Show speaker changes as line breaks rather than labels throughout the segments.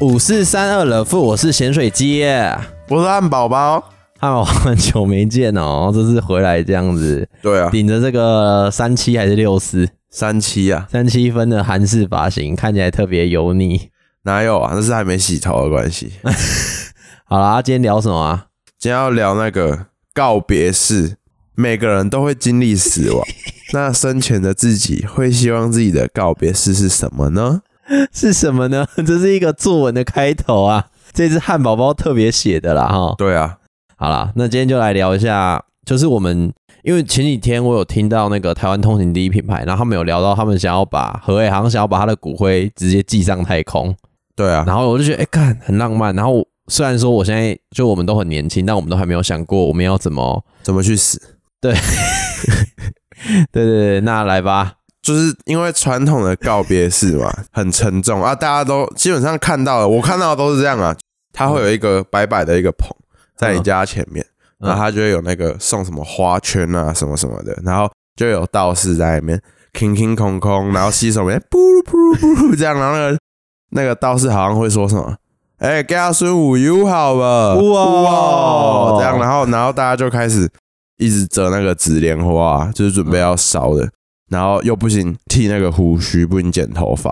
五四三二冷富，我是咸水鸡，
我是汉堡包。
汉堡很久没见哦，这次回来这样子，
对啊，
顶着这个三七还是六四
三七啊，
三七分的韩式发型，看起来特别油腻。
哪有啊？那是还没洗头的关系。
好啦，今天聊什么啊？
今天要聊那个告别式，每个人都会经历死 亡，那生前的自己会希望自己的告别式是什么呢？
是什么呢？ 这是一个作文的开头啊，这是汉堡包特别写的啦哈。
对啊，
好啦，那今天就来聊一下，就是我们因为前几天我有听到那个台湾通行第一品牌，然后他们有聊到他们想要把何伟航想要把他的骨灰直接寄上太空，
对啊，
然后我就觉得哎，看、很浪漫。然后我虽然说我现在就我们都很年轻，但我们都还没有想过我们要怎么。
怎么去死？
对对对，那来吧，
就是因为传统的告别式嘛， 很沉重啊，大家都基本上看到的，我看到的都是这样啊，它会有一个白白的一个棚在你家前面，
嗯
然后他就会有那个送什么花圈啊什么什么的，然后就有道士在那边空空空空，然后洗手边哎噗噜噗噜噗 噜这样，然后那个那个道士好像会说什么。哎、给他孙五 U 好吧，
哇
哇这样，然后然后大家就开始一直折那个紫莲花、啊就是准备要烧的，然后又不行剃那个胡须，不行剪头发。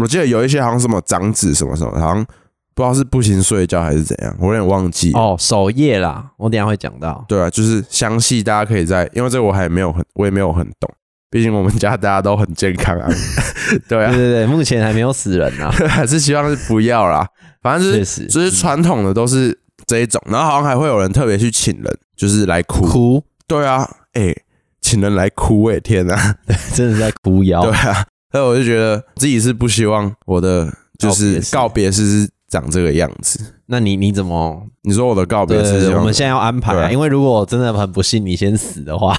我记得有一些好像什么长子什么什么，好像不知道是不行睡觉还是怎样，我有点忘记了。
哦，首页啦，我等一下会讲到。
对啊，就是详细大家可以在，因为这个我还没有很，我也没有很懂，毕竟我们家大家都很健康啊。对
对
啊，
对对，目前还没有死人呐、
还是希望是不要啦。反正就
确
是
实，嗯
就是传统的都是这一种，然后好像还会有人特别去请人，就是来哭。
哭，
对啊，哎、请人来哭、欸，哎天啊，
真的是在哭腰。
对啊， 所以我就觉得自己是不希望我的就是
告
告别式是长这个样子。
那你你怎么？
你说我的告别
对
式
对
是这
对，
样，
我们现在要安排、
对啊
因为如果真的很不幸你先死的话，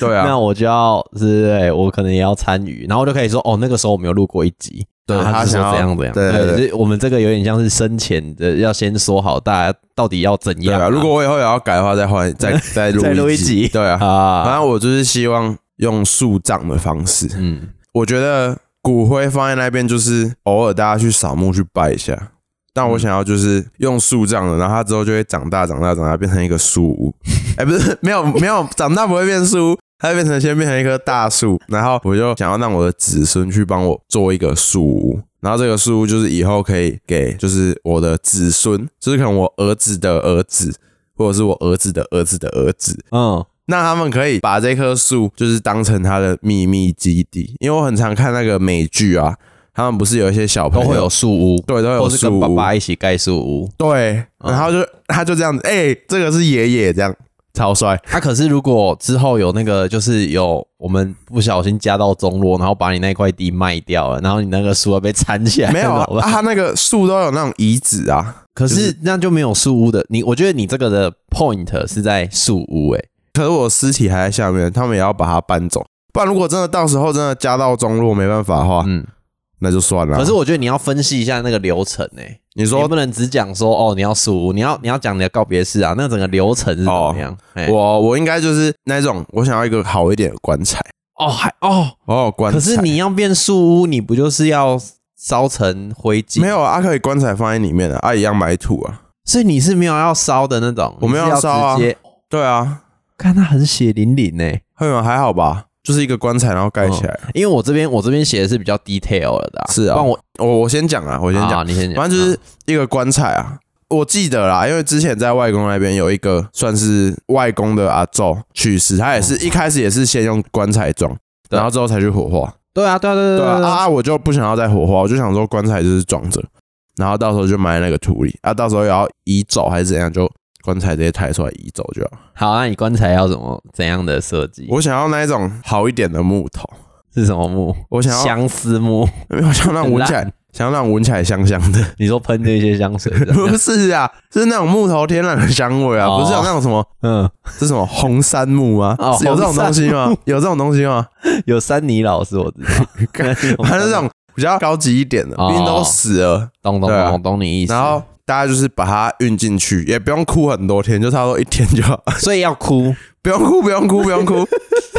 对啊
那，我就要是不是我可能也要参与，然后就可以说哦，那个时候我们有录过一集，
对
然后他是
他想
说
要
怎样怎样，
对对对
所以我们这个有点像是生前的要先说好，大家到底要怎
对
样、
啊，如果我以后也要改的话，再换 再再录
再录一集
对啊，反
啊，
正我就是希望用树葬的方式。
嗯，
我觉得骨灰放在那边，就是偶尔大家去扫墓去拜一下。但我想要就是用树葬的，然后它之后就会长大、长大、长大，变成一个树屋。 哎、不是，没有没有，长大不会变树屋，它会变成先变成一棵大树。 然后我就想要让我的子孙去帮我做一个树屋，然后这个树屋就是以后可以给就是我的子孙，就是可能我儿子的儿子，或者是我儿子的儿子的儿子，
嗯，
那他们可以把这棵树就是当成他的秘密基地，因为我很常看那个美剧啊，他们不是有一些小
都
朋友
会有树屋，
对都会
或
有
是跟
树
爸
屋，
爸一起嗯盖树屋。
对，然后就、他就这样子，哎、这个是爷爷这样，超 帅，
啊，可是如果之后有那个，就是有我们不小心家道中落，然后把你那块地卖掉了，然后你那个树要被缠起来，
没有
那
啊
怎么办
啊，他那个树都有那种遗址啊，
可
就是
那就没有树屋的。你我觉得你这个的 point 是在树屋、欸，
可是我尸体还在下面，他们也要把它搬走，不然如果真的到时候真的家道中落没办法的话，
嗯，
那就算了。
可是我觉得你要分析一下那个流程、欸，哎，
啊你
你
说
不能只讲说哦你要树屋，你要你要讲你的告别式啊，那整个流程是怎么样？哎
哦我我应该就是那种我想要一个好一点的棺材，
哦还哦，
哦棺材，
可是你要变树屋，你不就是要烧成灰烬？
没有啊，可以棺材放在里面的啊，一样埋土啊。
所以你是没有要烧的那种，
我没有
你是要
烧啊
直 接
对啊，
看它很血淋淋呢、
会吗？还好吧，就是一个棺材，然后盖起来。
因为我这边我这边写的是比较 detail 了的、
是啊
帮我
我我先讲啊，我
我
先讲，
你先讲，嗯
反正就是一个棺材啊。我记得啦，因为之前在外公那边有一个算是外公的阿昼去世，他也是一开始也是先用棺材装，
对
然后之后才去火化。
对啊对啊对
对啊
啊
啊，啊我就不想要再火化，我就想说棺材就是装着，然后到时候就埋在那个土里啊，到时候也要移走还是怎样，就棺材直接抬出来移走就好。
好，啊那你棺材要怎么怎样的设计？
我想要那一种好一点的木头，
是什么木？
我想要
相思 木。
没有想让闻起来，想让闻起来香香 的，
你说喷的一些香水这 样，
不是啊，是那种木头天然的香味啊，
哦
不是有那种什么
嗯，
是什么红杉木啊
哦，
是有这种东西
红杉
吗
木？
有这种东西吗？
有山泥老师我知道，
反正这种比较高级一点的，
哦
毕竟都死了，
懂懂
对啊
懂懂你意思。
然后大家就是把它运进去，也不用哭很多天，就差不多一天就好，
所以要 哭，
不用哭，不用哭，不用 哭，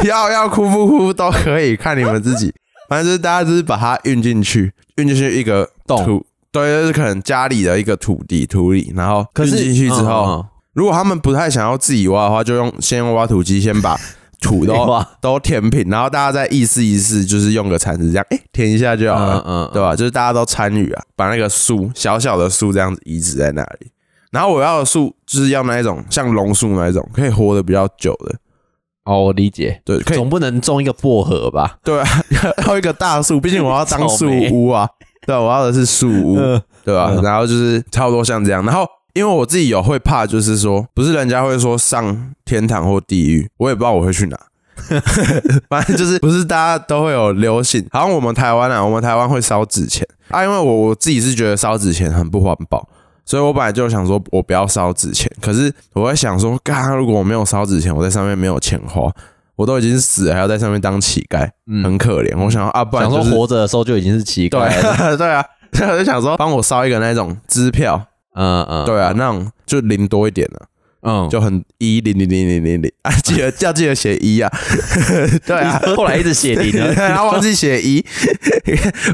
要要哭不哭都可以，看你们自己。反正就是大家就是把它运进去，运进去一个
洞
土对，就是可能家里的一个土地土里，然后
可
运
是
进去之后，
嗯嗯嗯
如果他们不太想要自己挖的话，就用先用挖土机先 把土都
挖
都填平，然后大家再意思意思，就是用个铲子这样，哎、填一下就好了，
嗯嗯嗯
对吧？啊就是大家都参与啊，把那个树小小的树这样子移植在那里。然后我要的树就是要那一种像榕树那一种，可以活得比较久的，
哦，我理解，
对，可以
总不能种一个薄荷吧？
对啊， 要一个大树，毕竟我要当树屋啊，对啊，我要的是树屋，对吧、然后就是差不多像这样，然后。因为我自己有会怕，就是说，不是人家会说上天堂或地狱，我也不知道我会去哪。 反正就是不是大家都会有流行，好像我们台湾啊，我们台湾会烧纸钱啊，因为我我自己是觉得烧纸钱很不环保，所以我本来就想说我不要烧纸钱，可是我在想说，刚如果我没有烧纸钱，我在上面没有钱花，我都已经死了，还要在上面当乞丐，很可怜。我想要啊，不
嗯
然
想
就
说
是
活 着的时候就已经是乞丐了。
对对啊， 所以我就想说帮我烧一个那种支票，
嗯嗯，
对啊，那种就零多一点的、
嗯，
就很一零零零零零 零啊，记得要记得写一啊， 对啊。
后来一直写零了。
然后忘记写一，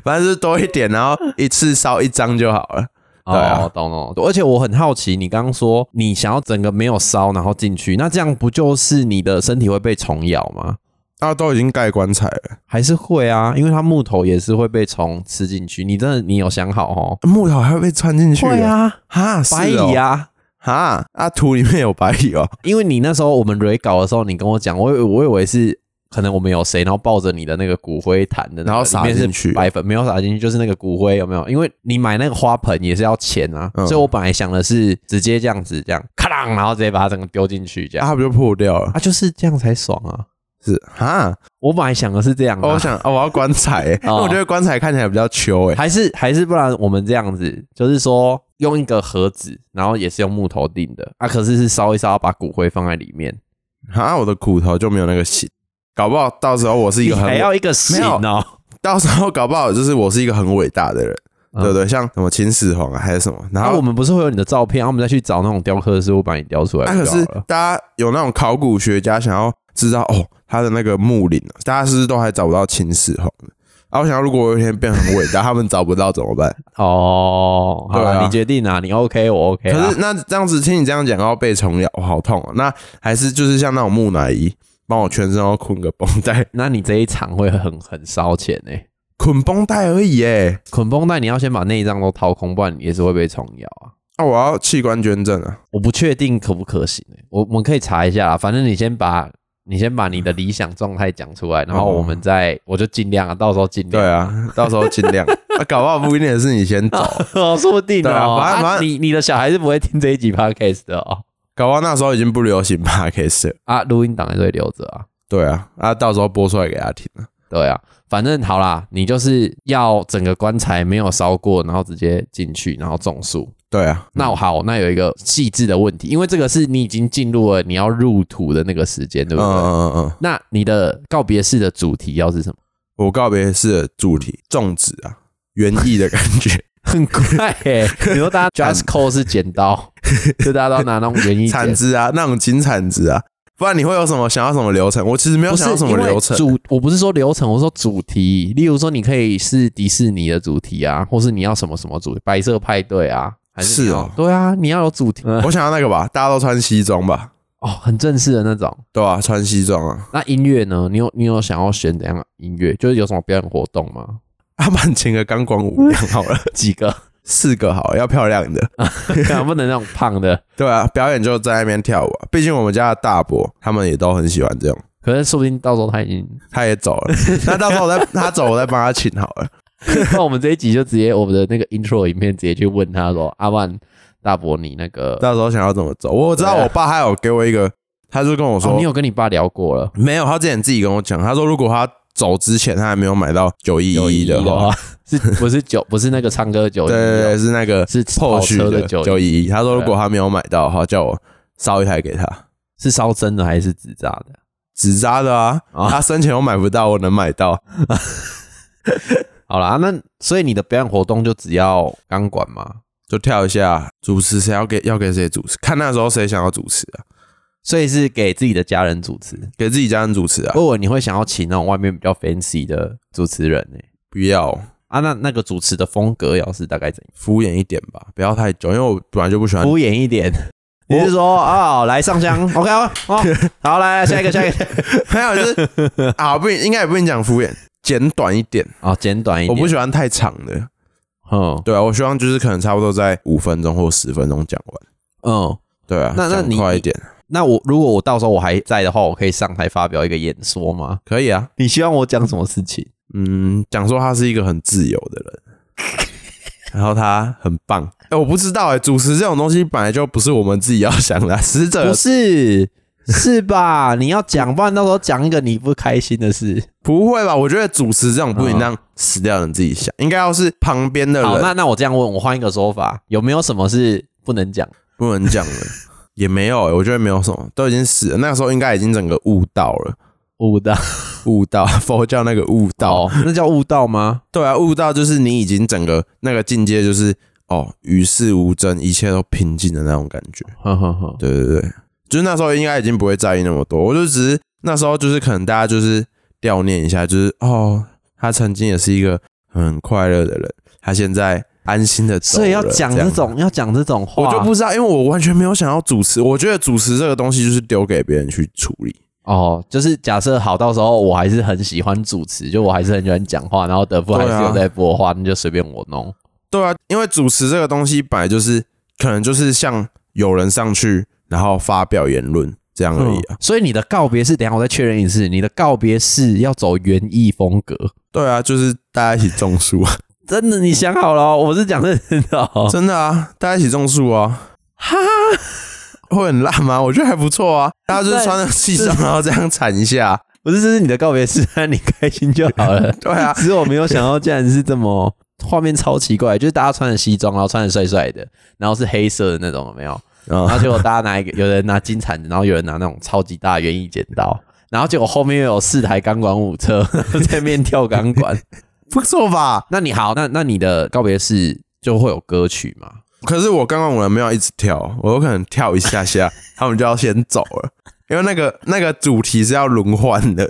反正就是多一点，然后一次烧一张就好了。对啊
哦，懂懂。懂而且我很好奇，你刚刚说你想要整个没有烧，然后进去，那这样不就是你的身体会被虫咬吗？
啊，都已经盖棺材了，
还是会啊，因为它木头也是会被虫吃进去。你真的你有想好哦？
木头还会被穿进去？
会，啊，
哈，
白
是哦
蚁，啊，
哈，啊，土里面有白蚁哦，
因为你那时候我们蕊稿的时候，你跟我讲，我以为我以为是可能我们有谁，然后抱着你的那个骨灰坛的那个，
然后撒
里面是
进去
白粉，没有撒进去，就是那个骨灰有没有？因为你买那个花盆也是要钱啊，
嗯
所以我本来想的是直接这样子，这样咔啷，然后直接把它整个丢进去，这
啊，
样啊
它不就破掉了？
就是这样才爽啊！
是哈，
我本来想的是这样、啊，
哦，我想，哦，我要棺材、欸，因为我觉得棺材看起来比较秋、欸，哎，
还是还是不然我们这样子，就是说用一个盒子，然后也是用木头钉的啊，可是是烧一烧，把骨灰放在里面，
哈，我的骨头就没有那个形，搞不好到时候我是一
你
个很
还，要一个形
没有
哦，
到时候搞不好就是我是一个很伟大的人，对不对？像什么秦始皇啊，还是什么，然
然后
后
嗯我们不是会有你的照片，然后我们再去找那种雕刻师傅把你雕出来
啊，
就
可
好
是
了。
大家有那种考古学家想要知道哦，他的那个墓陵啊，大家是不是都还找不到秦始皇的？啊，我想如果我有一天变很伟大， 他们找不到怎么办？
哦，好
对
了，
啊
你决定啊，你 OK，我 OK 啊。
可是那这样子听你这样讲，要被虫咬，我好痛啊！那还是就是像那种木乃伊，帮我全身都捆个绷带，
那你这一场会很很烧钱呢、
捆绷带而已耶。
捆绷带你要先把内脏都掏空，不然你也是会被虫咬啊。
那、我要器官捐 赠啊！
我不确定可不可行、欸，我我们可以查一下啦。反正你先把你先把你的理想状态讲出来，然后
哦
我们再我就尽量啊，到时候尽
对
量。
啊，到时候尽量。 啊，搞不好不一定是你先走，
哦，说不定
对啊
哦。
反正
啊
反正
你你的小孩是不会听这一集 podcast 的哦。
搞不好那时候已经不流行 podcast 了。
啊，录音档还是会留着啊。
对啊，啊，到时候播出来给他听啊。
对啊，反正好啦，你就是要整个棺材没有烧过，然后直接进去，然后种树。
对啊，
那好，那有一个细致的问题，因为这个是你已经进入了你要入土的那个时间，对
嗯
不对？
嗯嗯嗯，
那你的告别式的主题要是什么？
我告别式的主题种植啊，园艺的感 觉，
很快诶、你 说大家 just call 是剪刀，就大家都要拿那种园艺
产
剪。
值啊，那种金产值啊。不然你会有什么想要什么流程？我其实没有
不是
想要什么
因为
流程。
主，我不是说流程，我说主题。例如说，你可以是迪士尼的主题啊，或是你要什么什么主题，白色派对啊，还是你
是
要
哦
对啊，你要有主 题。
我想要那个吧，大家都穿西装吧，
哦，很正式的那种。
对吧、穿西装啊，
那音乐呢？你有你有想要选怎样的音乐？就是有什么表演活动 吗？
阿曼请个钢管舞一样好了，
几个？
四个好了，要漂亮的，
不能那种胖的。
对啊，表演就在那边跳舞、啊。毕竟我们家的大伯他们也都很喜欢这种，
可是说不定到时候他已 经，
他也走了，那到时候我再他走，我再帮他请好了。
那我们这一集就直接我们的那个 intro 影片直接去问他说：“阿万大伯，你那个
到时候想要怎么走，我知道我爸还有给我一个，他就跟我说，
哦，你有跟你爸聊过了？
没有，他之前自己跟我讲，他说如果他走之前他还没有买到九一一的话，，
是不是酒？不是那个唱歌酒？
对对对，是那个
是
后
跑
续
车的
的
911
九一一。他说如果他没有买到的话，叫我烧一台给他。
是烧真的还是纸扎的？
纸扎的啊，
啊
他生前我买不到，我能买到。
好啦，那所以你的表演活动就只要钢管嘛。
就跳一下，主持谁要给要给谁主持？看那时候谁想要主持啊，
所以是给自己的家人主持，
给
哦
自己家人主持啊，
不然你会想要请那种外面比较 fancy 的主持人呢、
不要
欸啊，那那个主持的风格要是大概怎样？
敷衍一点吧，不要太久，因为我本来就不喜欢。
敷衍一点。 你是说啊、哦，来上香，OK 哦，哦，好，来来下一个，下一个，
还有就是啊，不应该也不能讲敷衍，简短一点。
哦，简短一
我
点。
不喜欢太长的，
嗯
对啊，我希望就是可能差不多在五分钟或十分钟讲完。
嗯，
对啊，
那那
讲
你
快一点
那我如果我到时候我还在的话，我可以上台发表一个演说吗？
可以啊。
你希望我讲什么事情？
嗯，讲说他是一个很自由的 人，然后他很棒。哎、我不知道哎、主持这种东西本来就不是我们自己要 想的啊、死者
不是，是吧？你要讲，不然到时候讲一个你不开心的事。
不会吧？我觉得主持这种不应当死掉的人自己想，应该要是旁边的
嗯好，
人
那那我这样问，我换一个说法，有没有什么是不能讲？
不能讲了。也没有、欸，我觉得没有什么，都已经死了。那个时候应该已经整个悟道了，
悟道？
悟道 佛教那个悟道，
哦，那叫悟道吗？
对啊，悟道就是你已经整个那个境界就是哦，与世无争，一切都平静的那种感觉。
哼哼哼，
对对对，就是那时候应该已经不会在意那么多，我就只是那时候就是可能大家就是悼念一下，就是哦，他曾经也是一个很快乐的人，他现在安心的走了，
所以要讲这
样
种，要讲这种话，
我就不知道，因为我完全没有想要主持，我觉得主持这个东西就是丢给别人去处理。
哦，就是假设好，到时候我还是很喜欢主持，就我还是很喜欢讲话，然后德布还
对
是
啊
有在播话，那就随便我弄。
对啊，因为主持这个东西本来就是可能就是像有人上去然后发表言论这样而已啊。
所以你的告别是，等一下我再确认一次，你的告别是要走园艺风格。
对啊，就是大家一起种树啊，
真的，你想好了哦、我是讲认真的、 哦。
真的啊，大家一起种树啊。哈，会很辣吗？我觉得还不错啊，大家就是穿着气上，然后这样铲一下。
不是，这是你的告别式，你开心就好了。
对 啊，
只是我没有想到，竟然是这么画面超奇怪，就是大家穿着西装，然后穿着帅帅的，然后是黑色的那种，有没有？然
啊，
后结果大家拿一个，有人拿金铲子，然后有人拿那种超级大的园艺剪刀，然后结果后面又有四台钢管舞车 在面跳钢管。
不错吧？
那你好，那那你的告别式就会有歌曲吗？
可是我刚刚我们没有一直跳，我有可能跳一下下，他们就要先走了，因为那个那个主题是要轮换的。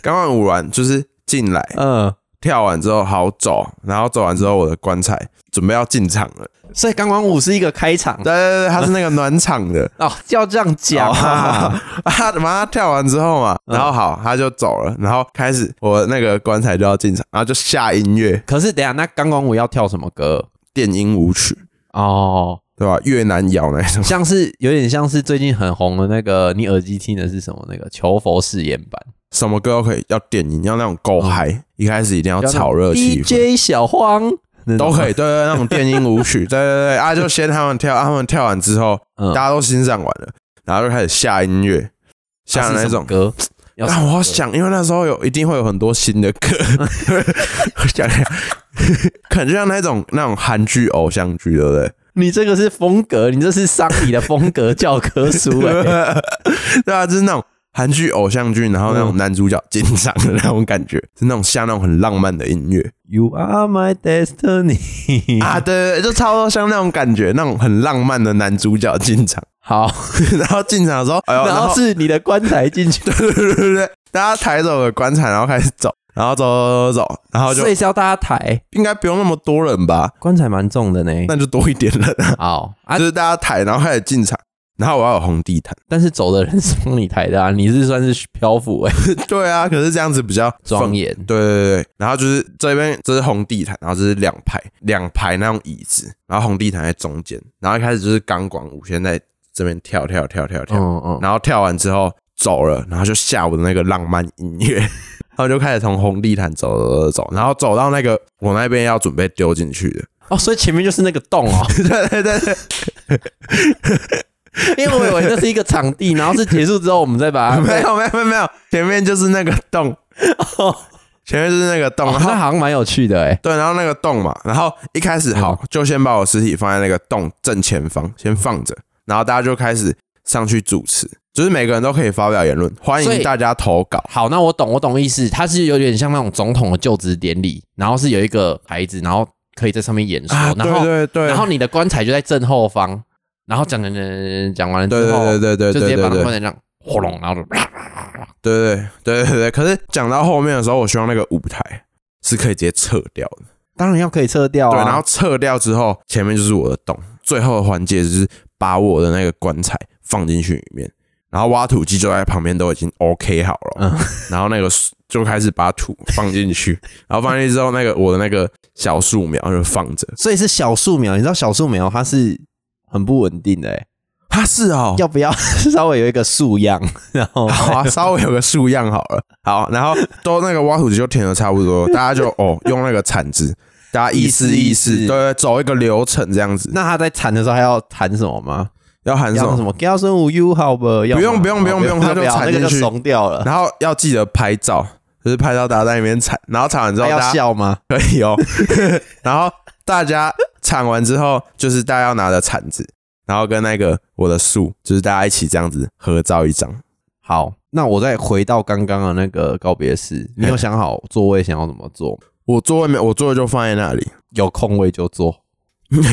刚刚舞完就是进来
嗯，
跳完之后好走，然后走完之后我的棺材准备要进场了。
所以钢管舞是一个开场
对对对，它是那个暖场的，
哦，要这样讲 啊。 嗯
啊！他妈跳完之后嘛，然后好，他就走了，然后开始我那个棺材就要进场，然后就下音乐
可是等一下，那钢管舞要跳什么歌？
电音舞曲，
哦，
对吧？越南摇那种，
像是有点像是最近很红的那个，你耳机听的是什么？那个求佛誓言版，
什么歌都可以，要电音，要那种够嗨，一开始一定要
叫嗯那种
哦炒热气氛。
DJ 小荒那种
都可以，对对，对那种电音 舞曲，对对对，啊，就先他们跳，啊他们跳完之后，
嗯
大家都欣赏完了，然后就开始下音乐，
啊
下
它是
那
什么
种
歌，要什
啊，
么
我好
歌
想，因为那时候有一定会有很多新的歌， 我想一下，可能就像那种那种韩剧偶像剧，对不对？
你这个是风格，你这是丧礼的风格教科书哎、
对啊，就是那种韩剧偶像剧，然后那
嗯
种男主角紧张的那种感觉，是那种像那种很浪漫的音乐
You are my destiny
啊，对对，对就差不多像那种感觉，那种很浪漫的男主角进场，
好，
然后进场的时候，哎呦，
然
然
后
后
是你的棺材进去，
对对对对，大家抬走了棺材，然后开始走，然后走走走走，走然后就
所以是要大家抬
应该不用那么多人吧，
棺材，蛮重的呢。
那就多一点人啊。
好啊
就，是大家抬，然后开始进场，然后我要有红地毯。
但是走的人是帮你抬的啊，你是算是漂浮哎、
对啊，可是这样子比较
庄
放。
严。
对对对对，然后就是这边这是红地毯，然后这是两排两排那种椅子，然后红地毯在中间，然后一开始就是钢管舞，先在这边跳跳跳跳跳，
嗯嗯，
然后跳完之后走了，然后就下午的那个浪漫音乐，然后就开始从红地毯走走走走，然后走到那个我那边要准备丢进去的，
哦，所以前面就是那个洞 哦，
对对对对，
因为我以为那是一个场地，然后是结束之后我们再把它
没有没有没有没有，前面就是那个洞，前面就是那个洞，
哦
然后
那好像蛮有趣的哎、
对，然后那个洞嘛，然后一开始好，就先把我尸体放在那个洞正前方，先放着，然后大家就开始上去主持，就是每个人都可以发表言论，欢
所以
迎大家投稿。
好，那我懂，我懂意思，它是有点像那种总统的就职典礼，然后是有一个牌子，然后可以在上面演说，然后
对对对，
然后你的棺材就在正后方，然后讲讲讲讲讲完了之
对
后，
对对对对
就直
对对
接把那
对
棺材这样轰隆，然后就
对对对对对。可是讲到后面的时候，我希望那个舞台是可以直接撤掉的，
当然要可以撤掉啊。
对，然后撤掉之后，前面就是我的洞，最后的环节就是把我的那个棺材放进去里面，然后挖土机就在旁边都已经 OK 好了，
嗯
然后那个就开始把土放进去，然后放进去之后，那个我的那个小树苗就放着，
所以是小树苗，你知道小树苗它是很不稳定的、欸，
它是哦，
要不要 稍微有一个树样， 然后
好啊，稍微有个树样好了，好，然后都那个挖土机就填的差不多，大家就哦用那个铲子，大家意思
意
意
思意
思，
思
对，走一个流程这样子，
那它在弹的时候还要弹什么吗？
要喊什
要
么
什？么？给他孙五 U 好不？不
不用不用不用不用它就
那
缠
个
进
就
去
怂掉了。
然后要记得拍照，就是拍照大家在里面铲，然后铲完之后
还
大
要
家
笑吗？
可以哦， 然后大家铲完之后，就是大家要拿着铲子，然后跟那个我的树，就是大家一起这样子合照一张。
好，那我再回到刚刚的那个告别式，你有想好座位想要怎么坐？
我座位没，我座位就放在那里，
有空位就坐。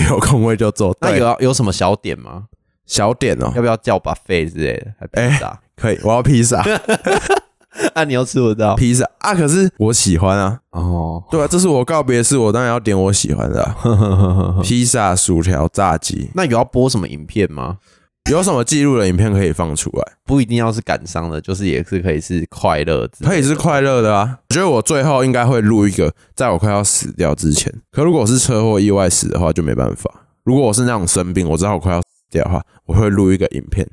有空位就坐。
那
对
有要有什么小点吗？
小点哦
要，不要叫把费之类的？还披萨？
可以，我要披萨，
哎 啊，你又吃不到
披萨啊！可是我喜欢啊，
哦。
对啊，这是我告别式，我当然要点我喜欢 的啊、披萨、薯条、炸鸡。
那有要播什么影片吗？
有什么记录的影片可以放出来？
不一定要是感伤的，就是也是可以是快乐之类的，
可以是快乐的啊！我觉得我最后应该会录一个，在我快要死掉之前。可如果我是车祸意外死的话，就没办法。如果我是那种生病，我知道我快要死掉的话，我会录一个影片，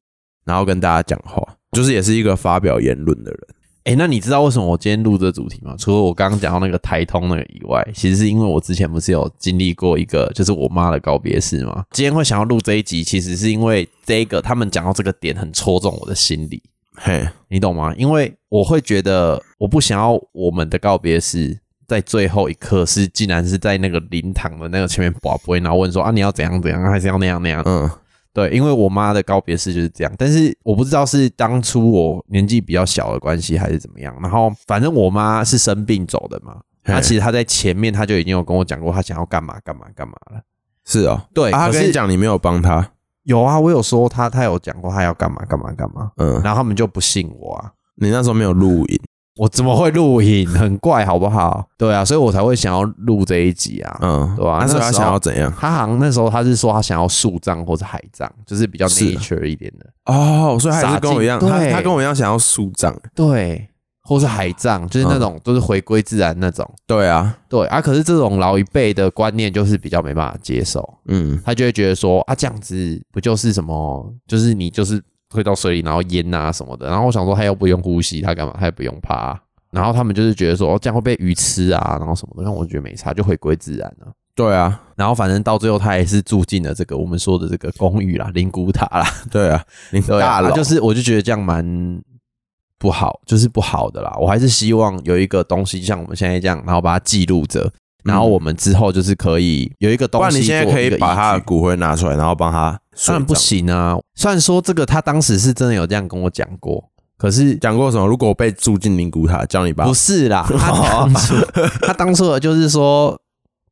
然后跟大家讲话，就是也是一个发表言论的人。
哎、那你知道为什么我今天录这主题吗？除了我刚刚讲到那个台通那个以外，其实是因为我之前不是有经历过一个就是我妈的告别式吗？今天会想要录这一集，其实是因为这个他们讲到这个点很戳中我的心里，
嘿，
你懂吗？因为我会觉得我不想要我们的告别式在最后一刻是竟然是在那个灵堂的那个前面宝贝，然后问说啊你要怎样怎样，还是要那样那样？
嗯，
对，因为我妈的告别式就是这样，但是我不知道是当初我年纪比较小的关系还是怎么样。然后反正我妈是生病走的嘛，
嘿
她其实她在前面她就已经有跟我讲过，她想要干嘛干嘛干嘛了。
是哦，
对
啊、他
可是
跟你讲，你没有帮他，
有啊，我有说她，她有讲过她要干嘛干嘛干嘛，
嗯，
然后他们就不信我啊，
你那时候没有录影，
我怎么会录影？很怪好不好？对啊，所以我才会想要录这一集啊。
嗯，
对啊
那时候
那
他
时候
想要怎样？
她好像那时候她是说她想要树葬或者海葬，就是比较
是啊
nature 一点的，
哦，所以他也是跟我一样，
撒劲
他
对
他跟我一样想要树葬，
对，或是海葬，就是那
嗯
种就是回归自然那种。
对啊，
对啊，可是这种老一辈的观念就是比较没办法接受，
嗯，
他就会觉得说啊，这样子不就是什么，就是你就是推到水里，然后淹啊什么的。然后我想说，他又不用呼吸，他干嘛？他也不用爬、然后他们就是觉得说，哦，这样会被鱼吃啊，然后什么的。但我觉得没差，就回归自然了、
对啊，
然后反正到最后，他也是住进了这个我们说的这个公寓啦、灵骨塔 啦，
对啊，你
对
大
啊
佬
就是我就觉得这样蛮不好，就是不好的啦。我还是希望有一个东西，像我们现在这样，然后把它记录着，然后我们之后就是可以有一个
嗯不
东
然
西。
你现在可以把他的，骨灰拿出来，然后帮他水
当
葬。
然不行啊。虽然说这个他当时是真的有这样跟我讲过，可是
讲过什么？如果我被住进灵骨塔，叫你把
不是啦，他当初他当初的就是说，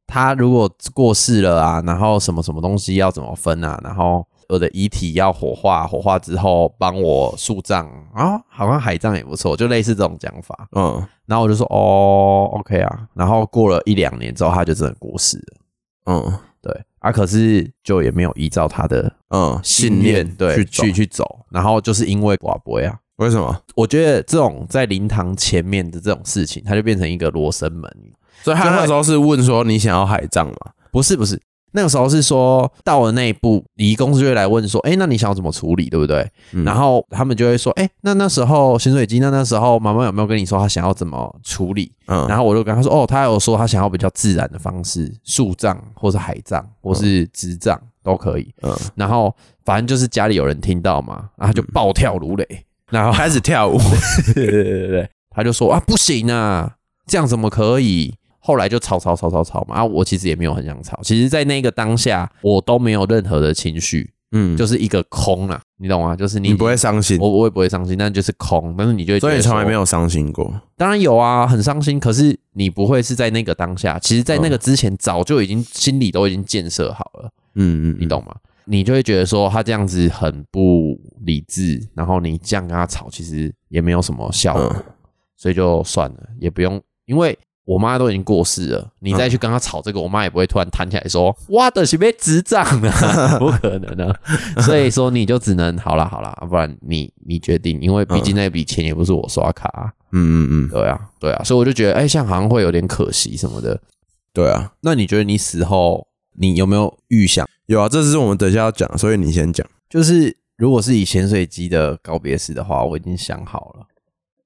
他如果过世了啊，然后什么什么东西要怎么分啊，然后我的遗体要火化，火化之后帮我树葬啊，好像海葬也不错，就类似这种讲法。
嗯
然后我就说哦，OK 啊。然后过了一两年之后，他就真的过世了。
嗯
对啊，可是就也没有依照他的
嗯，信念
对
去
去
去
去走，然后就是因为寡伯啊，
为什么？
我觉得这种在灵堂前面的这种事情，它就变成一个罗生门。
所以他
就会
那时候是问说你想要海葬吗？
不是不是，那个时候是说到了那一步，移工就会来问说，哎、那你想要怎么处理，对不对？
嗯
然后他们就会说，哎、那那时候潜水机，那那时候妈妈有没有跟你说她想要怎么处理？
嗯，
然后我就跟他说，哦，他有说他想要比较自然的方式，树葬或是海葬或是直葬都可以。
嗯
然后反正就是家里有人听到嘛，然后他就暴跳如雷，然后
开始跳舞，
对对对对对，他就说啊不行啊，这样怎么可以？后来就吵吵吵吵吵嘛，啊，我其实也没有很想吵，其实，在那个当下，我都没有任何的情绪，
嗯，
就是是一个空啦，你懂吗？就是你
你不会，伤心，
我我也不会伤心，但就是空，但是你就会觉
所
得
以你从来没
有，
有伤心过。
当然有啊，很伤心，可是你不会是在那个当下，其实，在那个之前早就已经心里都已经建设好了，
嗯嗯，
你懂吗？你就会觉得说他这样子很不理智，然后你这样跟他吵，其实也没有什么效果。
嗯
所以就算了，也不用，因为我妈都已经过世了，你再去跟她吵这个，我妈也不会突然弹起来说哇的是被执掌啊， 不可能啊。所以说你就只能好啦好啦，不然你你决定，因为毕竟那笔钱也不是我刷卡、啊，
嗯嗯嗯，
对啊对啊，所以我就觉得哎、像好像会有点可惜什么的。
对啊，
那你觉得你死后你有没有预想？
有啊，这是我们等一下要讲，所以你先讲。
就是如果是以潜水机的告别式的话，我已经想好了，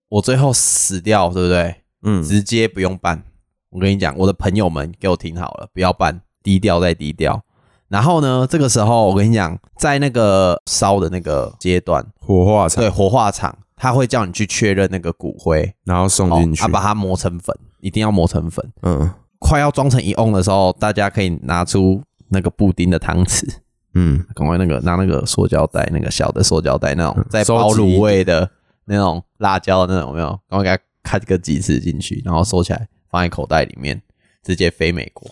我最后死掉，对不对？
嗯
直接不用办。我跟你讲，我的朋友们给我听好了，不要办，低调再低调。然后呢，这个时候我跟你讲，在那个烧的那个阶段，
火化场，
对火化场，他会叫你去确认那个骨灰，
然后送
哦
进去。
啊，把它磨成粉，一定要磨成粉。
嗯
快要装成一瓮的时候，大家可以拿出那个布丁的汤匙，
嗯，
赶快那个拿那个塑胶袋，那个小的塑胶袋那种在
收
包
集
卤味的那种辣椒的那种有没有？赶快给它看个几次进去，然后收起来放在口袋里面，直接飞美国，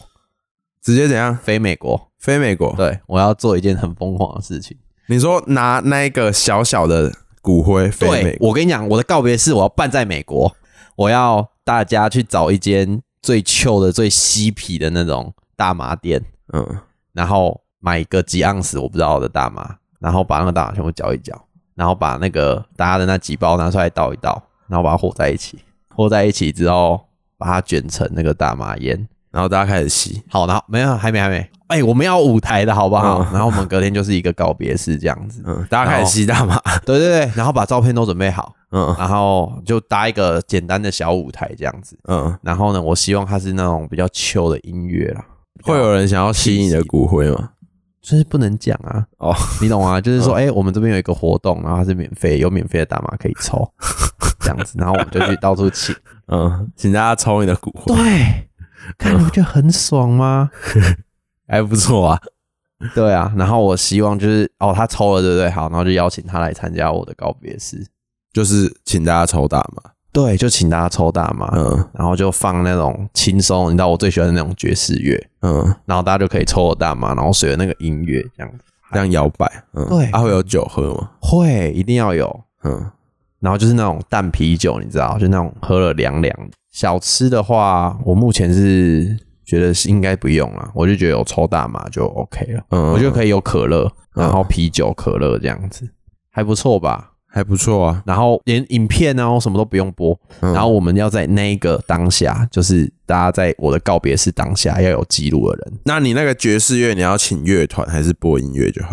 直接怎样？
飞美国。
飞美国？
对我要做一件很疯狂的事情。
你说拿那个小小的骨灰飞美
对
国？
我跟你讲，我的告别式我要办在美国，我要大家去找一间最旧的、最嬉皮的那种大麻店，
嗯，
然后买一个几盎司我不知道的大麻，然后把那个大麻全部搅一搅，然后把那个大家的那几包拿出来倒一倒，然后把它和在一起，和在一起之后把它卷成那个大麻烟。
然后大家开始吸。
好，然后没有，还没，还没。哎、我们要舞台的好不好？
嗯
然后我们隔天就是一个告别式这样子。
嗯，大家开
然
始
后
吸大麻。
对对对，然后把照片都准备好，
嗯
然后就搭一个简单的小舞台这样子。
嗯，
然后呢，我希望它是那种比较 chill 的音乐啦，
会有人想要吸你的骨灰吗？
就是不能讲啊。
哦，
你懂吗？就是说，哎、我们这边有一个活动，然后它是免费，有免费的大麻可以 抽，这样子，然后我们就去到处请。
嗯，请大家抽你的骨 灰，
对，看你不觉得很爽吗？
还不错啊。
对啊，然后我希望就是，哦，他抽了，对不对？好，然后就邀请他来参加我的告别式。
就是请大家抽大麻。
对，就请大家抽大麻，
嗯
然后就放那种轻松，你知道我最喜欢的那种爵士乐，
嗯，
然后大家就可以抽我大麻，然后随着那个音乐这样子。
这样摇摆。嗯，
对
啊，会有酒喝吗？
会，一定要有，
嗯
然后就是那种淡啤酒，你知道，就那种喝了凉凉的。小吃的话，我目前是觉得是应该不用了，我就觉得有抽大麻就 OK 了，
嗯，
我觉得
以，
可以有可乐，
嗯
然后啤酒、可乐这样子，还不错吧？
还不错啊。
然后连影片啊，我什么都不用播，
嗯
然后我们要在那一个当下，就是大家在我的告别式当下要有记录的人。
那你那个爵士乐，你要请乐团还是播音乐就好？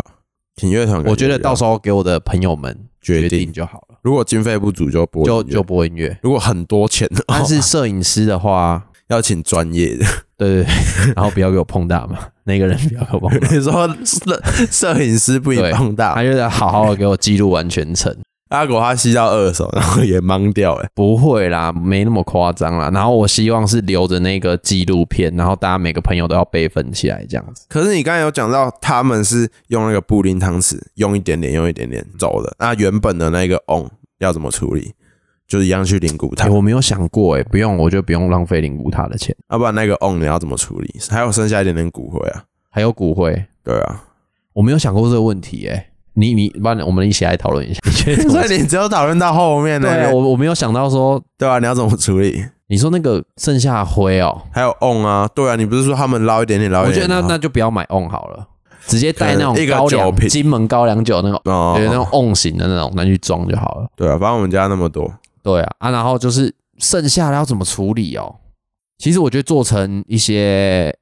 请乐团感比较好，
我觉得到时候给我的朋友们
决
决
定
定就好了，
如果经费不足就播音乐
就就播音乐。
如果很多钱的话，
但是摄影师的话，
要请专 业的。
对对对， 然后不要给我碰大嘛， 那个人不要给我 碰大，
你说摄摄影师不一定帮
他
大，
就得好好的给我记录完全程。
阿狗他吸到二手，然后也懵掉哎。
不会啦，没那么夸张啦。然后我希望是留着那个纪录片，然后大家每个朋友都要备份起来，这样子。
可是你刚才有讲到，他们是用那个布丁汤匙，用一点点，用一点点走的。那原本的那个 on 要怎么处理？就是一样去灵骨
哎、
汤，
我没有想过、欸，不用，我就不用浪费灵骨塔的钱，
要、啊不然那个 on 你要怎么处理？还有剩下一点点骨灰啊？
还有骨灰，
对啊，
我没有想过这个问题、欸，你你，不然我们一起来讨论一 下，你觉得怎么
所以你只有讨论到后面哎
对
那
啊，
个，
我我没有想到说，
对啊，你要怎么处理？
你说那个剩下的灰哦、
还有 on 啊，对啊，你不是说他们捞一点点，捞
我
一
觉
点
得
点
那
吗？
那就不要买 on 好了，直接带那种
啊可能一个
高粱
酒瓶
金门高粱酒那种
哦，
对，那种瓮型的那种，拿去装就好了。
对啊，反正我们家那么多，
对啊，啊，然后就是剩下的要怎么处理哦？其实我觉得做成一些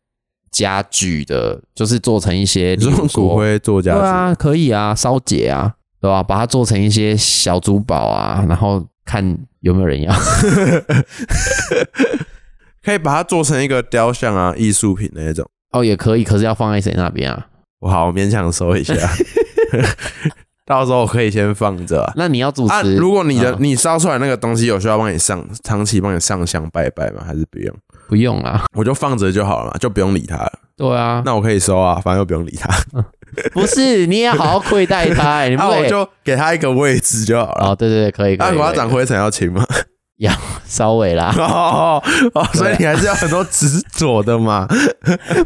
家具的，就是做成一些，
哎你
例
说
如
骨
说，
灰做家
对
具，
啊，可以啊，烧结啊，对吧、把它做成一些小珠宝啊，然后看有没有人要。
可以把它做成一个雕像啊，艺术品那一种。
哦，也可以，可是要放在谁那边啊？
我好我勉强 收一下，到时候我可以先放着啊。
那你要主持？
啊，如果你的
嗯
你烧出来那个东西有需要帮你上长期帮你上香拜拜吗？还是不用？
不用啊，
我就放着就好了嘛，就不用理它了。
对啊，
那我可以收啊，反正又不用理它。
不是，你也好好亏待 他、欸，你
那
不
啊我
会。
就给它一个位置就好了。
哦，对对对，可以可
那
以。
我要
可以
长灰尘要清吗？
要稍微啦，
哦哦，
啊
所以你还是要很多执着的嘛。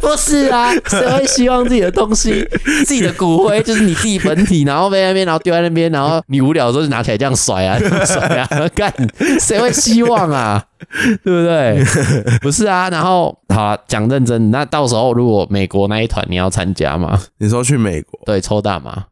不是 啊，谁会希望自己的东 西、自己的骨灰就是你自己本体，然后被那边，然后丢在那边，然后你无聊的时候就拿起来这样甩 啊，这样甩啊，干，谁会希望 啊？对不对？不是啊，然后好啊讲认真，那到时候如果美国那一团你要参加吗？
你说去美国，
对，抽大麻。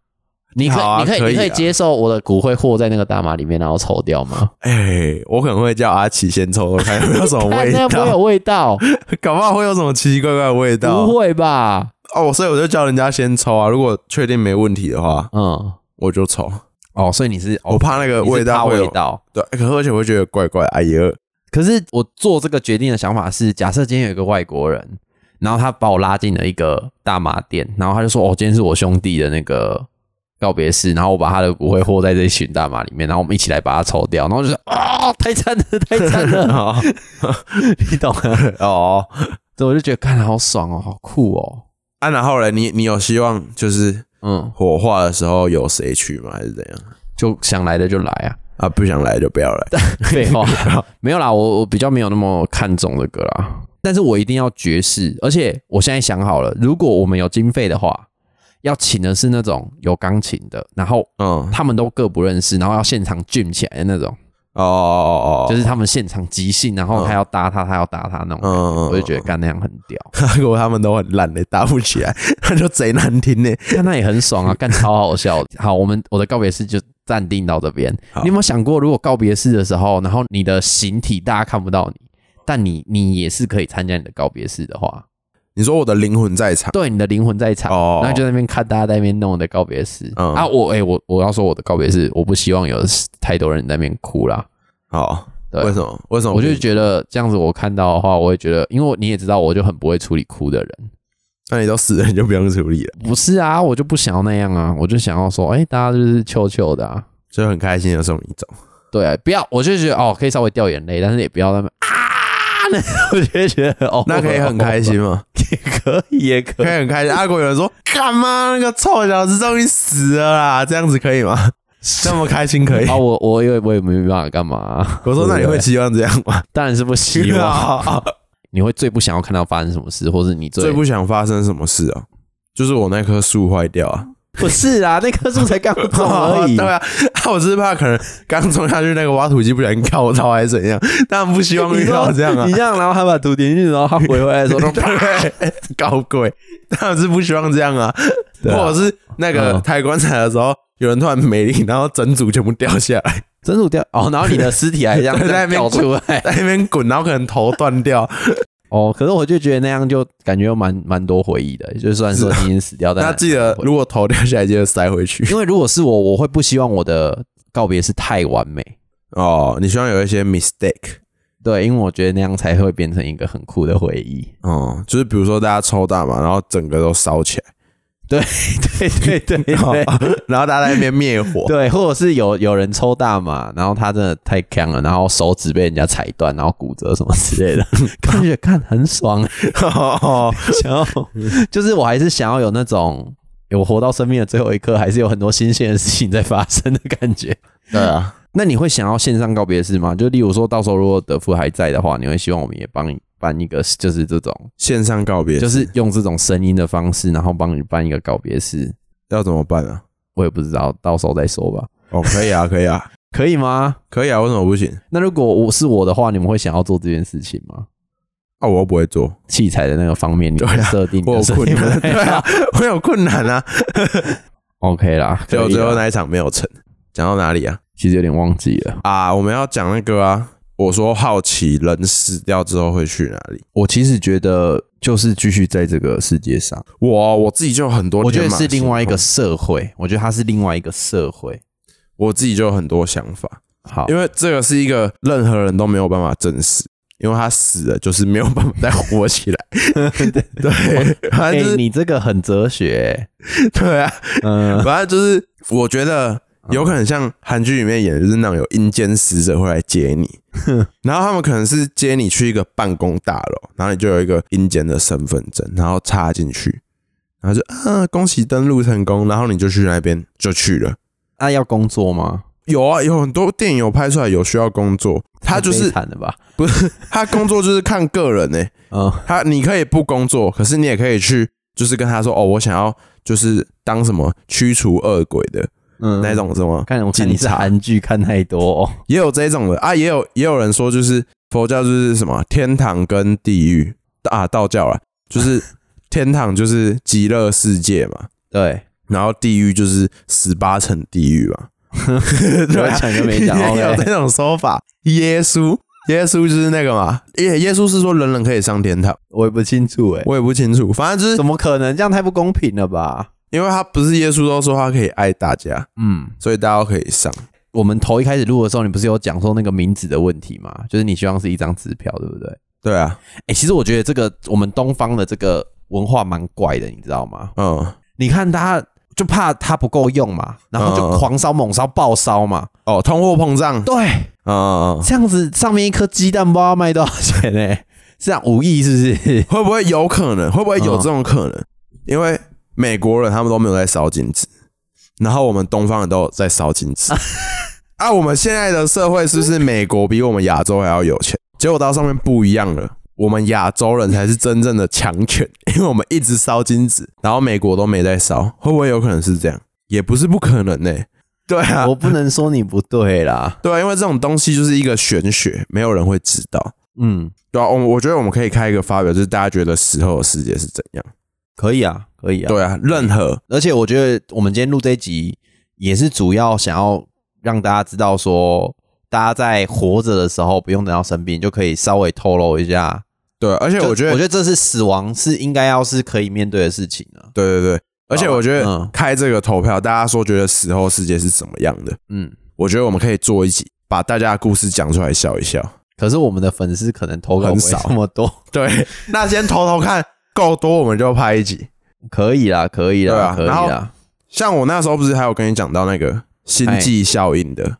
你可以，
好啊
你可以，
可以
你可以
啊
接受我的骨灰和在那个大麻里面，然后抽掉吗？
哎、我可能会叫阿奇先抽抽看有没有什么 味
看那不会有
道，
哦 味 道，
搞不好会有什么奇奇怪怪的味道。啊
不会吧？
哦，所以我就叫人家先抽啊，如果确定没问题的话，
嗯，
我就抽。
哦，所以你是
我怕那个
你是
味
怕
道会
味
有，
道。
对，可而且我会觉得怪怪。哎呀，
可是我做这个决定的想法是，假设今天有一个外国人，然后他把我拉进了一个大麻店，然后他就说：“哦，今天是我兄弟的那个告别式。”然后我把他的骨灰和在这一群大麻里面，然后我们一起来把它抽掉。然后我就说：“啊、太 惨了，太惨 了！”哦 你懂吗？
哦，
所以我就觉得看好爽哦，好酷哦。
啊，然后嘞，你你有希望就是
嗯，
火化的时候有谁去吗？还是怎样？
就想来的就来啊，
啊，不想来就不要来。
废 话，没有啦，我我比较没有那么看重这个啦，但是我一定要爵士，而且我现在想好了，如果我们有经费的话，要请的是那种有钢琴的，然后
嗯，
他们都各不认识，然后要现场 jam 起来的那种，
哦哦哦哦，
就是他们现场即兴，然后他要搭他，他要搭他那种感觉，
嗯嗯
我就觉得干那样很屌，
得， 如果他们都很烂的、打不起来， 那就贼难听呢、
干那也很爽 啊，干超好笑的。好，我们我的告别式就暂定到这边。
好
你有没有想过，如果告别式的时候，然后你的形体大家看不到你，但你你也是可以参加你的告别式的话，
你说我的灵魂在场，
对，你的灵魂在场，
哦
然后就在那边看大家在那边弄我的告别式、
嗯
啊。我哎、我我要说我的告别式，我不希望有太多人在那边哭啦。
好，
对
哦为什么？为什么？
我就觉得这样子，我看到的话，我会觉得，因为我你也知道，我就很不会处理哭的人。
那你都死了，你就不用处理了，
不是啊，我就不想要那样啊，我就想要说，哎、大家就是臭臭的啊。
就很开心的送你走。
对，不要，我就觉得哦，可以稍微掉眼泪，但是也不要那么啊， 那我就会觉得哦，
那可以很开心吗？
也 可以，也可
可
以，
以很开心。阿国有人说：“干嘛？那个臭小子终于死了啦！”这样子可以吗？这么开心可以？
啊，我我也我也没办法干嘛啊、
我说：“那你
对
会
不对
希望这样 吗
当然是不？”希 望，
啊
你会最不想要看到发生什么事，或是你最
最不想发生什么事啊？就是我那棵树坏掉啊！
不是啊，那棵树才刚种
对啊，啊我只是怕可能刚种下去那个挖土机不小心靠到还是怎样，当然不希望遇到这样啊
你。这样，然后他把土填进去，然后他回回来的 时候，
对，搞鬼， 当然是不希望这样啊。
对啊
或者是那个
嗯
抬棺材的时候，有人突然没力，然后整组全部掉下来，
真土掉哦，然后你的尸体还这样
对在那边
掉出来
在那边滚，然后可能头断 掉，
哦。可是我就觉得那样就感觉蛮蛮多回忆的，就算说你已经死掉，但
啊那记得如果头掉下来，记得塞回去。
因为如果是我，我会不希望我的告别是太完美，
哦，你希望有一些 mistake
对，因为我觉得那样才会变成一个很酷的回忆。
哦、就是比如说大家抽大麻，然后整个都烧起 来，
对对对 对
然后大家在那边灭火，
对，或者是有有人抽大麻，然后他真的太强了，然后手指被人家踩断，然后骨折什么之类 的，看着看很爽，
哦
想要就是我还是想要有那种。诶我活到生命的最后一刻，还是有很多新鲜的事情在发生的感觉。
对啊，
那你会想要线上告别式吗？就例如说到时候如果德富还在的话，你会希望我们也帮你办一个，就是这种
线上告别
就是用这种声音的方式，然后帮你办一个告别式，
要怎么办啊？
我也不知道，到时候再说吧，
哦，可以啊，可以啊，
可以吗？
可以啊，为什么不行？
那如果我是我的话，你们会想要做这件事情吗？
啊，我又不会做，
器材的那个方面，你们设定
我有困 难，对啊， 我有困难啊，
，OK 啦，
结
可
果
以
最后
啦，
那一场没有成。讲到哪里啊？
其实有点忘记了。
啊，我们要讲那个啊，我说好奇人死掉之后会去哪里？
我其实觉得就是继续在这个世界上，
我我自己就有很多，
我觉得是另外一个，社会，我觉得它是另外一个社会。
我自己就有很多想法，
好，
因为这个是一个任何人都没有办法证实，因为他死了就是没有办法再活 起来。对，反
哎、
正就是、
你这个很哲学、
对啊，
嗯、
反正就是我觉得有可能像韩剧里面演的，就是那种有阴间使者会来 接你，然后他们可能是接你去一个办公大楼，然后你就有一个阴间的身份证，然后插进去，然后就啊恭喜登录成功，然后你就去那边就去了。
那、要工作吗？
有啊，有很多电影有拍出来有需要工作，他就
太悲
是
惨了吧？
他工作就是看个人呢、
嗯，
他你可以不工作，可是你也可以去，就是跟他说哦，我想要就是当什么驱除恶鬼的
嗯
那种，是吗？
看我看你是
警察
韩剧看太多、哦，
也有这种的啊，也有也有人说就是佛教就是什么天堂跟地狱啊，道教啦，就是天堂就是极乐世界嘛，
对，
然后地狱就是十八层地狱 嘛，对
有
啊
讲就 没讲哦
也有
，OK，
这种说法。耶稣，耶稣就是那个嘛，耶耶稣是说人人可以上天堂，
我也不清楚哎、
我也不清楚，反正就是
怎么可能？这样太不公平了吧？
因为他不是耶稣都说他可以爱大家，
嗯，
所以大家都可以上。
我们头一开始录的时候，你不是有讲说那个名字的问题吗？就是你希望是一张支票，对不对？
对啊，
哎、其实我觉得这个我们东方的这个文化蛮怪的，你知道吗？
嗯，
你看他就怕它不够用嘛，然后
嗯嗯
就
嗯
狂烧、猛烧、爆烧嘛。
哦，通货膨胀，嗯
对，
嗯嗯，
这样子上面一颗鸡蛋不知道卖多少钱呢、 是这样五亿是不 是？
会不会有可能？会不会有
嗯
这种可能？因为美国人他们都没有在烧金纸，然后我们东方人都有在烧金 纸。啊，我们现在的社会是不是美国比我们亚洲还要有钱？结果到上面不一样了。我们亚洲人才是真正的强权，因为我们一直烧金纸，然后美国都没在烧，会不会有可能是这样？也不是不可能呢、对啊，
我不能说你不对啦。
对啊，因为这种东西就是一个玄学，没有人会知道。
嗯，
对啊，我们我觉得我们可以开一个发表，就是大家觉得死后的世界是怎样？
可以啊，可以啊。
对啊，任何
而且我觉得我们今天录这一集也是主要想要让大家知道说，大家在活着的时候不用等到生病就可以稍微透露一下。
对啊，而且
就
我觉得，
我觉得这是死亡是应该要是可以面对的事情啊。
对对对，而且我觉得
嗯
开这个投票，大家说觉得死后世界是怎么样的？
嗯，
我觉得我们可以做一集，把大家的故事讲出来笑一笑。
可是我们的粉丝可能投稿
很
不会
少
这么多，
对， 那先投投看，够多我们就拍一集。
可以啦，可以
对
啦，
啊
可以
然后
啦。
像我那时候不是还有跟你讲到那个星际效应的，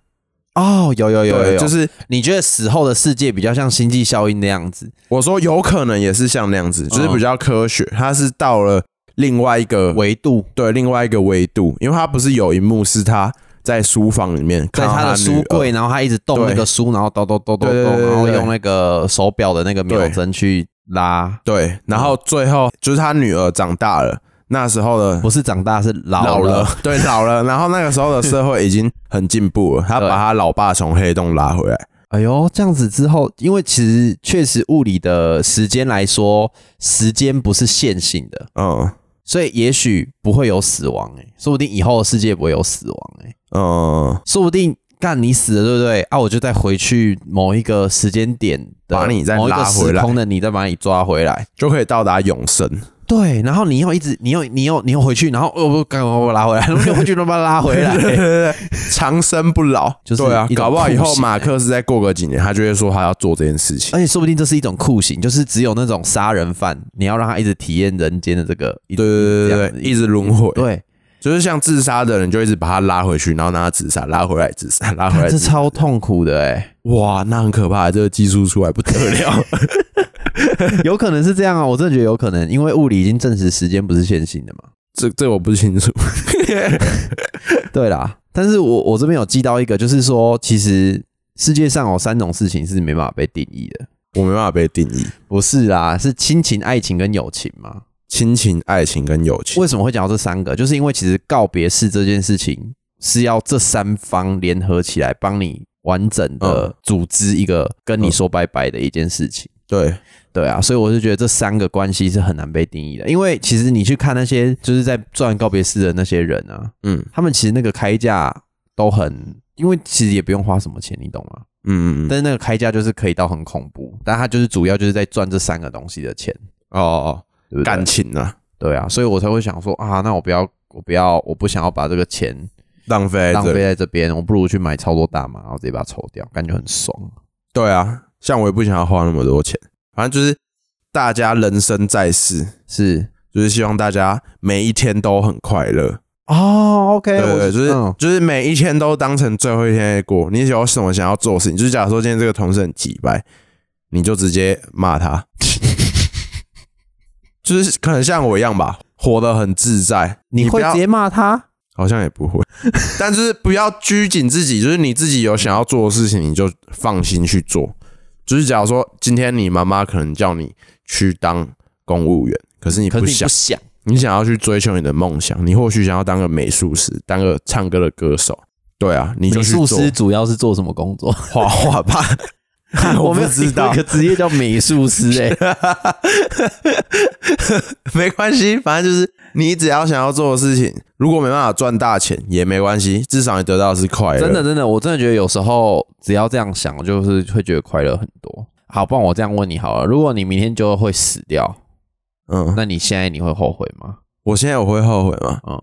哦，有哎有有有
对，
有，
就是
你觉得死后的世界比较像星际效应那样子？
我说有可能也是像那样
嗯
子，就是比较科学，它是到了另外一个
维度
对另外一个维度，因为它不是有一幕是他在书房里面
在
看到
他的
女
书
儿
柜，然后他一直动那
对
个书，然后抖抖抖抖
对
抖，
对对对
然后
对
用那个手表的那个秒
对
针去拉，
对，然后最后就是他女儿长大了，那时候的
不是长大是老
老
了。
了，对老了，然后那个时候的社会已经很进步了，他
对
把他老爸从黑洞拉回来，
哎呦，这样子之后，因为其实确实物理的时间来说，时间不是线性的，
嗯
所以也许不会有死亡、欸，说不定以后的世界不会有死亡、欸，
嗯，
说不定干你死了，对不对？啊，我就再回去某一个时间点的，
把你再
某一个
拉回
时
来
空的你再把你抓回来，
就可以到达 永生，
对，然后你又一直，你又你又你又回去，然后哦不，赶快把我拉回来， 然后又回去，然后把它拉回来。
长生不老，
就是
对啊
一，种
搞不好以
酷
后
刑
马克思再过个几年，他就会说他要做这件事情，
而且说不定这是一种酷刑，就是只有那种杀人犯，你要让他一直体验人间的这个，一
对对对对对，一直轮回，
对，
就是像自杀的人，就一直把他拉回去，然后让他自杀，拉回来自杀，拉回来
看 这
自杀。
超痛苦的哎、
哇，那很可怕，这个技术出来不得 了。
有可能是这样啊，我真的觉得有可能，因为物理已经证实时间不是线性的嘛。
这这我 不清楚。
对啦，但是我我这边有记到一个，就是说，其实世界上有三种事情是没办法被定义的，
我没办法被定义。
不是啦，是亲情、爱情跟友情嘛。
亲情、爱情跟友情，
为什么会讲到这三个？就是因为其实告别式这件事情是要这三方联合起来帮你完整的
嗯
组织一个跟你说拜拜的一件事情。
对
对啊，所以我就觉得这三个关系是很难被定义的，因为其实你去看那些就是在做完告别式的那些人啊，
嗯
他们其实那个开价都很，因为其实也不用花什么钱，你懂吗？
嗯嗯嗯
但是那个开价就是可以到很恐怖，但他就是主要就是在赚这三个东西的钱，
哦哦
对
哦，
不对？
感情啊，
对啊，所以我才会想说啊，那我不要，我不要，我不想要把这个钱
浪费
浪
这
费在这边，我不如去买超多大麻，然后直接把它抽掉，感觉很爽。
对啊，像我也不想要花那么多钱，反正就是大家人生在世，
是
就是希望大家每一天都很快乐。
哦，OK，
对对
我
对，就是、
嗯
就是每一天都当成最后一天在过。你有什么想要做的事情，就是假如说今天这个同事很急掰，你就直接骂 他，就是可能像我一样吧，活得很自在。
你
不
会
要
直接骂他？
好像也不会， 但就是不要拘谨自己，就是你自己有想要做的事情，你就放心去做。就是假如说今天你妈妈可能叫你去当公务员，可是你
可
不
是你
想
不，想，
你想要去追求你的梦想，你或许想要当个美术师，当个唱歌的歌手，对啊，你就
美
去
术
做
师主要是做什么工 作？
画画吧。
没
不
有
知
听过
道
一，个职业叫美术 师、欸，哎，
没关系，反正就是你只要想要做的事情，如果没办法赚大钱也没关系，至少你得到的是快乐。
真的，真的，我真的觉得有时候只要这样想，就是会觉得快乐很多。好，不然我这样问你好了，如果你明天就会死掉，
嗯，
那你现在你会后悔吗？
我现在我会后悔吗？
嗯，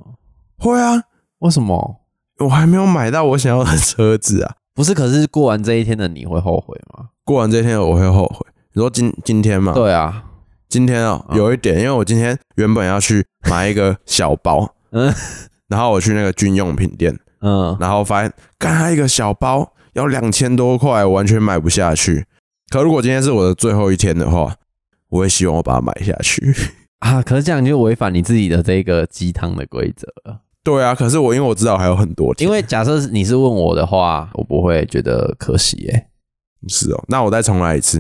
会啊，
为什么？
我还没有买到我想要的车子啊。
不是，可是过完这一天的你会后悔吗？
过完这天我会后悔。你说今今天嘛，，
对啊，
今天哦、
嗯
有一点，因为我今天原本要去买一个小包，
嗯
然后我去那个军用品店，
嗯，
然后发现，干它一个小包要两千多块，我完全买不下去。可如果今天是我的最后一天的话，我会希望我把它买下去。
啊，可是这样你就违反你自己的这个鸡汤的规则了。
对啊，可是我因为我知道还有很多天，
因为假设你是问我的话，我不会觉得可惜耶、
是哦，那我再重来一次，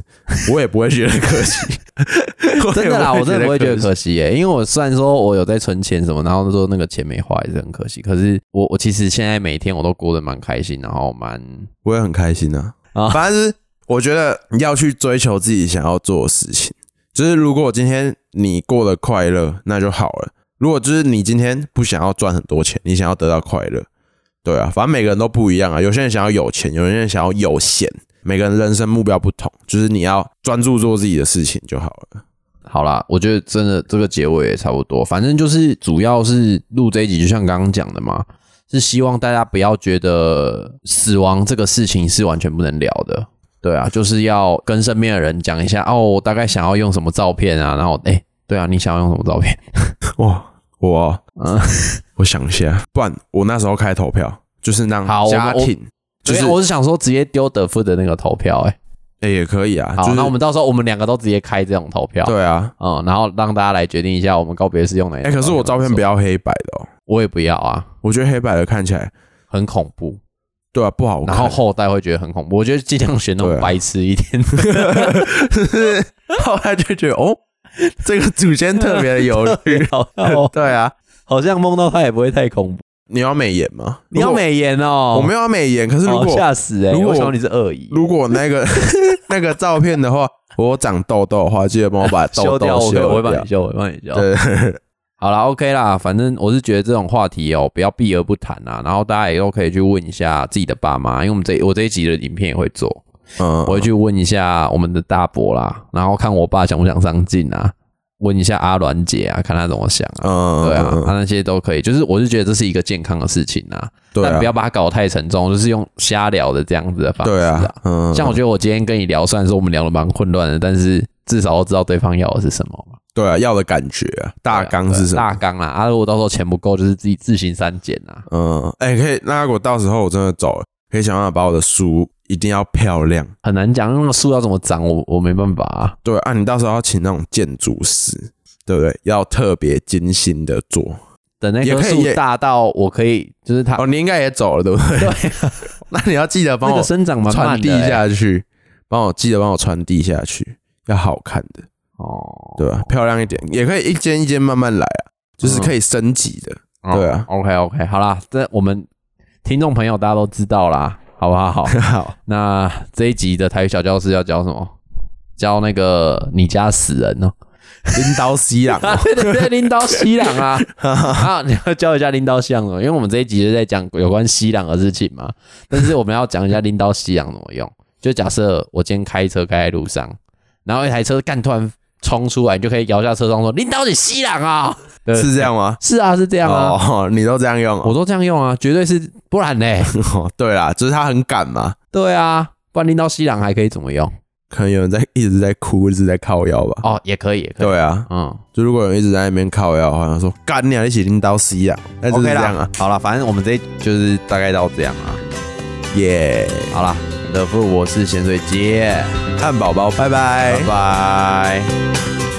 我也不会觉得可惜。 我也
真的啦，我真的不会觉得
惜
可惜耶、因为我虽然说我有在存钱什么，然后说那个钱没花也是很可惜，可是我我其实现在每天我都过得蛮开心，然后蛮
我也很开心啊。
啊
反正就是我觉得要去追求自己想要做的事情。就是如果今天你过得快乐，那就好了。如果就是你今天不想要赚很多钱，你想要得到快乐，对啊，反正每个人都不一样啊。有些人想要有钱，有些人想要有闲，每个人人生目标不同，就是你要专注做自己的事情就好 了。
好啦。我觉得真的这个结尾也差不多，反正就是主要是录这一集，就像刚刚讲的嘛，是希望大家不要觉得死亡这个事情是完全不能聊的。对啊，就是要跟身边的人讲一下哦，我大概想要用什么照片啊，然后哎、对啊，你想要用什么照片？
哇，我啊
嗯，
我想一下，不然我那时候开投票，就是让
好我们
家
我
庭，
就
就
是啊是我是想说直接丢德富的那个投票、哎。
哎、也可以啊。
好，
就是
那我们到时候我们两个都直接开这种投票，，
对啊，
嗯，然后让大家来决定一下我们告别是用哪一
哎、
种。
可是我照片不
要，
要黑白的哦，
我也不要啊，
我觉得黑白的看起来
很恐怖，
对啊不好看，
然后后代会觉得很恐怖。我觉得尽量选那
对
种
啊
白痴一 点，。
后来就觉得哦，这个祖先特别的有 趣
好像
对啊，
好像梦到他也不会太恐怖。
你要美颜吗？
你要
如果，
美颜哦，
我没有要美颜，可是如
哦
果、
吓死哎，
如果
我想你是恶意，
如果 那个那个照片的话，我长痘痘的话，记得帮我把痘
修
痘
掉我
修
可以，我会帮
掉
你。修，我会帮你修。
对，
好啦 o k 啦，反正我是觉得这种话题哦，不要避而不谈啊，然后大家也都可以去问一下自己的爸妈，因为我们这我这一集的影片也会做，
嗯，
我会去问一下我们的大伯啦，然后看我爸想不想上镜啊，问一下阿鸾姐啊，看她怎么想啊。
嗯，
对啊，
嗯
他、那些都可以，就是我是觉得这是一个健康的事情啊，
对
但
啊
不，要把它搞得太沉重，就是用瞎聊的这样子的方式
对
啊
啊。，嗯，
像我觉得我今天跟你聊，虽然说我们聊的蛮混乱的，但是至少都知道对方要的是什么嘛。
对啊，要的感觉啊，大纲是什
对
么？
大纲啦，啊，如果到时候钱不够，就是自己自行删减啊。
嗯，哎，可以，那如果到时候我真的走了，可以想办法把我的书一定要漂亮。
很难讲，那个树要怎么长，我我没办法啊。
对啊，你到时候要请那种建筑师，对不对？要特别精心的做。
等那
也
棵
可以
树
也
大到我可以，就是它
哦，你应该也走了，对不对？
对啊
那你要记得帮
那
我
个生长蛮慢
传
的
递
欸
下去，帮我记得帮我传递下去，要好看的，
哦，
对吧、漂亮一点，也可以一间一间慢慢来啊，就是
嗯
可以升级的。
哦
对啊
，OK OK，好啦，这我们听众朋友大家都知道啦，好不 好？好，
好，
那这一集的台语小教室要教什么？教那个你家死人 哦，
领导西哦朗、
啊，对对对，林刀西朗 啊，啊，你要教一下林刀西朗怎么用，因为我们这一集是在讲有关西朗的事情嘛，但是我们要讲一下林刀西朗怎么用。就假设我今天开车开在路上，然后一台车干突然冲出来，你就可以摇下车窗说：“林刀你西朗啊！”对
是这样吗？
是啊，是这样啊。
哦， 你都这样用
我
哦。
都这样用啊，绝对是，不然呢？
哦对啦，就是他很赶嘛，
对啊，不然拎到西朗还可以怎么用？
可能有人在一直在哭，一直在靠腰吧。
哦，也可以，也可以。
对啊，
嗯
就如果有人一直在那边靠腰，好像说干你、啊，一起拎刀西朗，那就是这样啊，
好了，反正我们这一就是大概到这样啊。
耶、
好了，乐富，我是咸水街，
汉堡包，拜拜
拜拜。